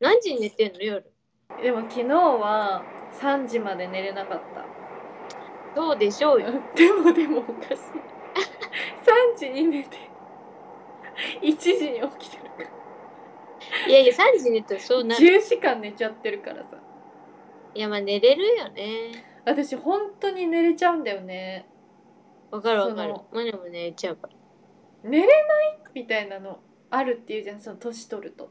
何時に寝てんの夜でも昨日は3時まで寝れなかった。どうでしょうよでもでもおかしい。3時に寝て、1時に起きてるかいやいや3時に寝たらそうら。なる10時間寝ちゃってるからさ。いやまあ寝れるよね私本当に寝れちゃうんだよね。わかるわかるそのマネも寝ちゃうか寝れないみたいなのあるっていうじゃん、その年取ると。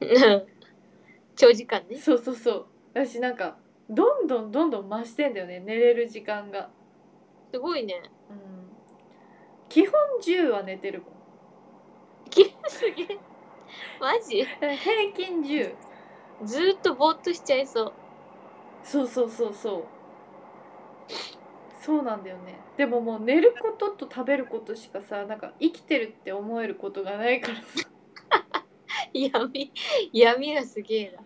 ら 長時間ねそうそうそう。私なんか、どんどんどんどん増してんだよね、寝れる時間が。すごいねうん。基本10は寝てるもん。きすげえマジ平均10。ずーっとぼーっとしちゃいそうそうそうそうそうそうなんだよねでももう寝ることと食べることしかさなんか生きてるって思えることがないからさ闇闇がすげえ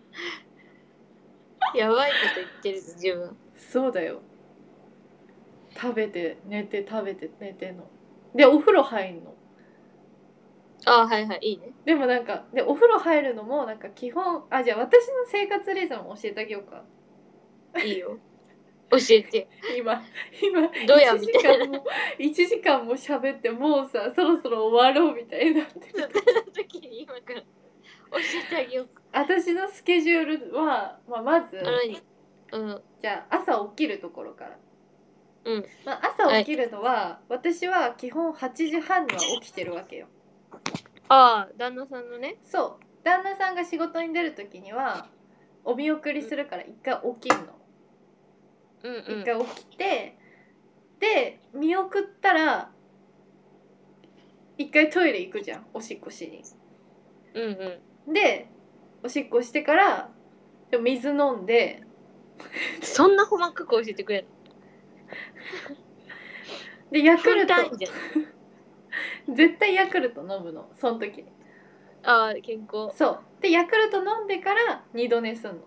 なやばいこと言ってるぞ自分そうだよ食べて寝て食べて寝てのでお風呂入んのあはいはいいいねでもなんかでお風呂入るのもなんか基本あじゃあ私の生活リズム教えてあげようかいいよ教えて今今どうや1み時たい間も1時間も喋ってもうさそろそろ終わろうみたいになってるな時に今から教えてあげようか私のスケジュールは、まあ、まず、あ何うんじゃあ朝起きるところから。うんまあ、朝起きるのは、私は基本8時半には起きてるわけよ。ああ旦那さんのねそう旦那さんが仕事に出る時にはお見送りするから一回起きるの。うんう一ん回起きてで見送ったら一回トイレ行くじゃんおしっこしに。うんうんでおしっこしてからでも水飲んでそんな細かく教えてくれるでヤク分ルト単位じゃん絶対ヤクルト飲むのその時に。ああ健康そうでヤクルト飲んでから二度寝すんの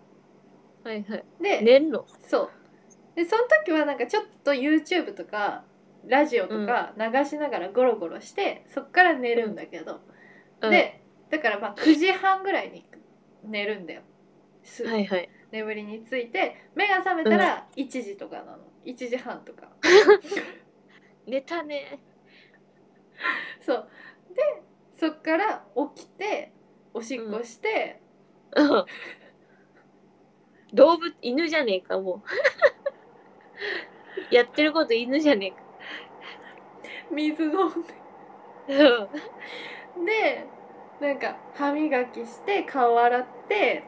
はいはいで、寝んのそうでその時はなんかちょっと YouTube とかラジオとか流しながらゴロゴロして、そっから寝るんだけど、うんでだからまあ9時半ぐらいに寝るんだよ、すはいはい眠りについて目が覚めたら1時とかなの1時半とか寝たねそうでそっから起きておしっこして、うん動物犬じゃねえかもう やってること犬じゃねえか水飲んでうんでなんか歯磨きして顔洗って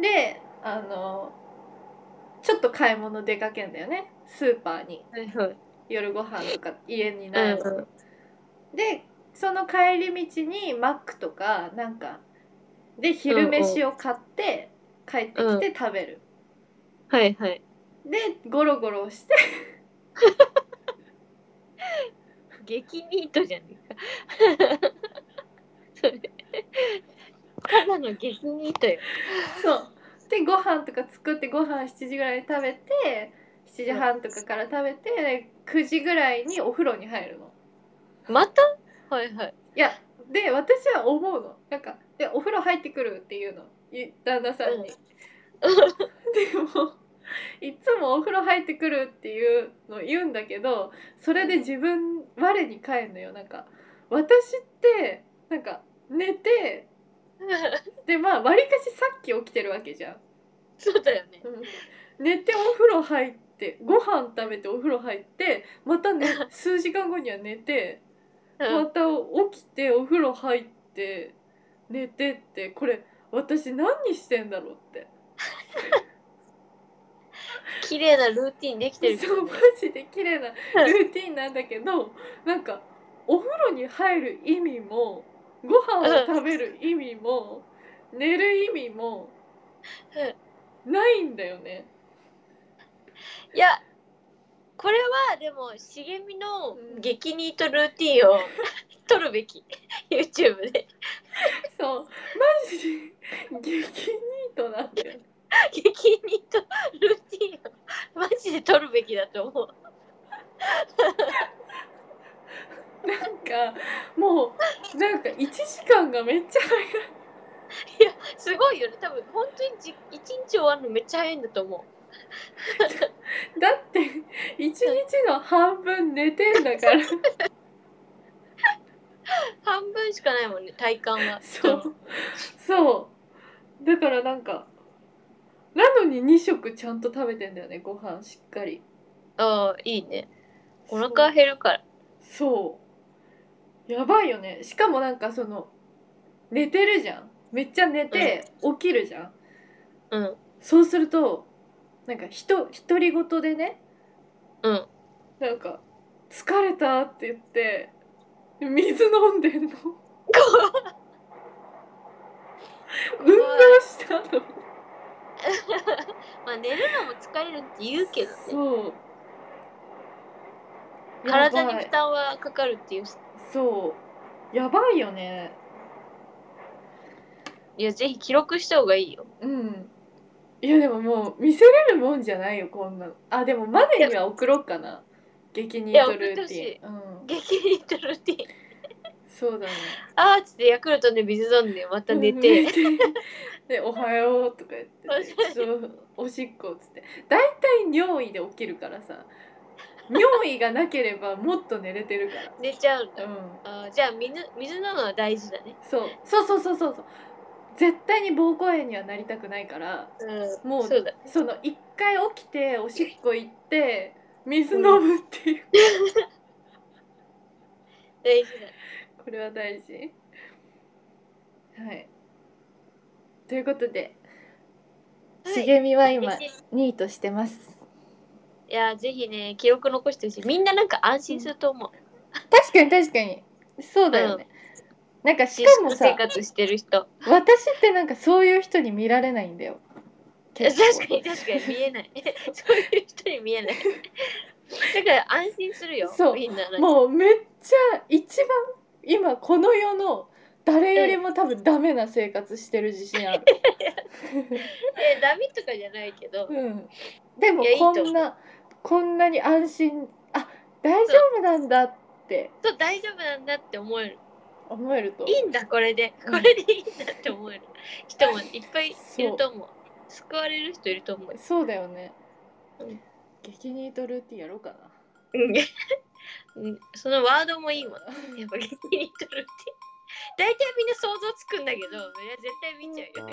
であのちょっと買い物出かけんだよねスーパーにはいはい夜ご飯とか家にうないんの、うんでその帰り道にマックとかなんかで昼飯を買って帰ってきて食べる、はいはいでゴロゴロして 激ニートじゃねえかそれただの激ニートよそうでご飯とか作ってご飯7時ぐらいに食べて7時半とかから食べて9時ぐらいにお風呂に入るの。またはいはいいやで私は思うのなんかでお風呂入ってくるっていうのい旦那さんに、でもいつもお風呂入ってくるっていうの言うんだけどそれで自分我に返るのよなんか私ってなんか寝てでまあわりかしさっき起きてるわけじゃん、 そうだよね寝てお風呂入ってご飯食べてお風呂入ってまた、ね、数時間後には寝てうまんた起きてお風呂入って寝てってこれ私何してんだろうって綺麗なルーティンできてるけそどうねマジで綺麗なルーティンなんだけどなんかお風呂に入る意味もご飯を食べる意味も寝る意味もないんだよね。いやこれはでも茂みの激ニートルーティンを 撮るべき YouTube でそうマジで激ニートなんだよね。激ニートルーティンをマジで撮るべきだと思うなんかもうなんか1時間がめっちゃ早いいやすごいよね多分本当にじ一日終わるのめっちゃ早いんだと思うだって一日の半分寝てんだから半分しかないもんね体感はそうそうだからなんかなのに2食ちゃんと食べてんだよねご飯しっかりああいいねお腹減るからそうやばいよねしかもなんかその寝てるじゃんめっちゃ寝て起きるじゃん、うん そうするとなんかひと独り言でねうんなんか「疲れた」って言って水飲んでんの運動したのまあ寝るのも疲れるって言うけどねそう体やばにい負担はかかるっていうしそうやばいよねいやぜひ記録した方がいいようんいやでももう見せれるもんじゃないよこんなのあでもマネには送ろうかな激ニートルーティン、うん、激リットルーティンそうだねあーっつってヤクルトで水飲んでまた寝寝て で「おはよう」とか言ってそう「おしっこ」っつって大体尿意で起きるからさ尿意がなければもっと寝れてるか寝ちゃうんだら、うん、あーじゃあ水水飲むのは大事だねそうそうそうそうそうそう絶対に膀胱炎にはなりたくないからうんもうそうだその一回起きておしっこ行って水飲むっていう、 大事だこれは大事はいということで、はい茂みは今嬉しニートしてますいやぜひね記録残してほしいみんななんか安心すると思う確かに確かにそうだよね、なんかし自かも粛さ生活してる人私ってなんかそういう人に見られないんだよ 確結構かに確かに見えない そういう人に見えないだから安心するよそうみんななんかもうめっちゃ一番今この世の誰よりも多分ダメな生活してる自信 ある、えダメとかじゃないけどうん、でもいやいいとこ思うんなこんなに安心あ大丈夫なんだってそう大丈夫なんだって思える思えるといいんだこれでうんこれでいいんだって思える人もいっぱいいると思う救われる人いると思うそうだよね、うん激ニートルーティンやろうかなうんそのワードもいいもんやっぱ激似とるって大体みんな想像つくんだけどいや絶対見ちゃうよね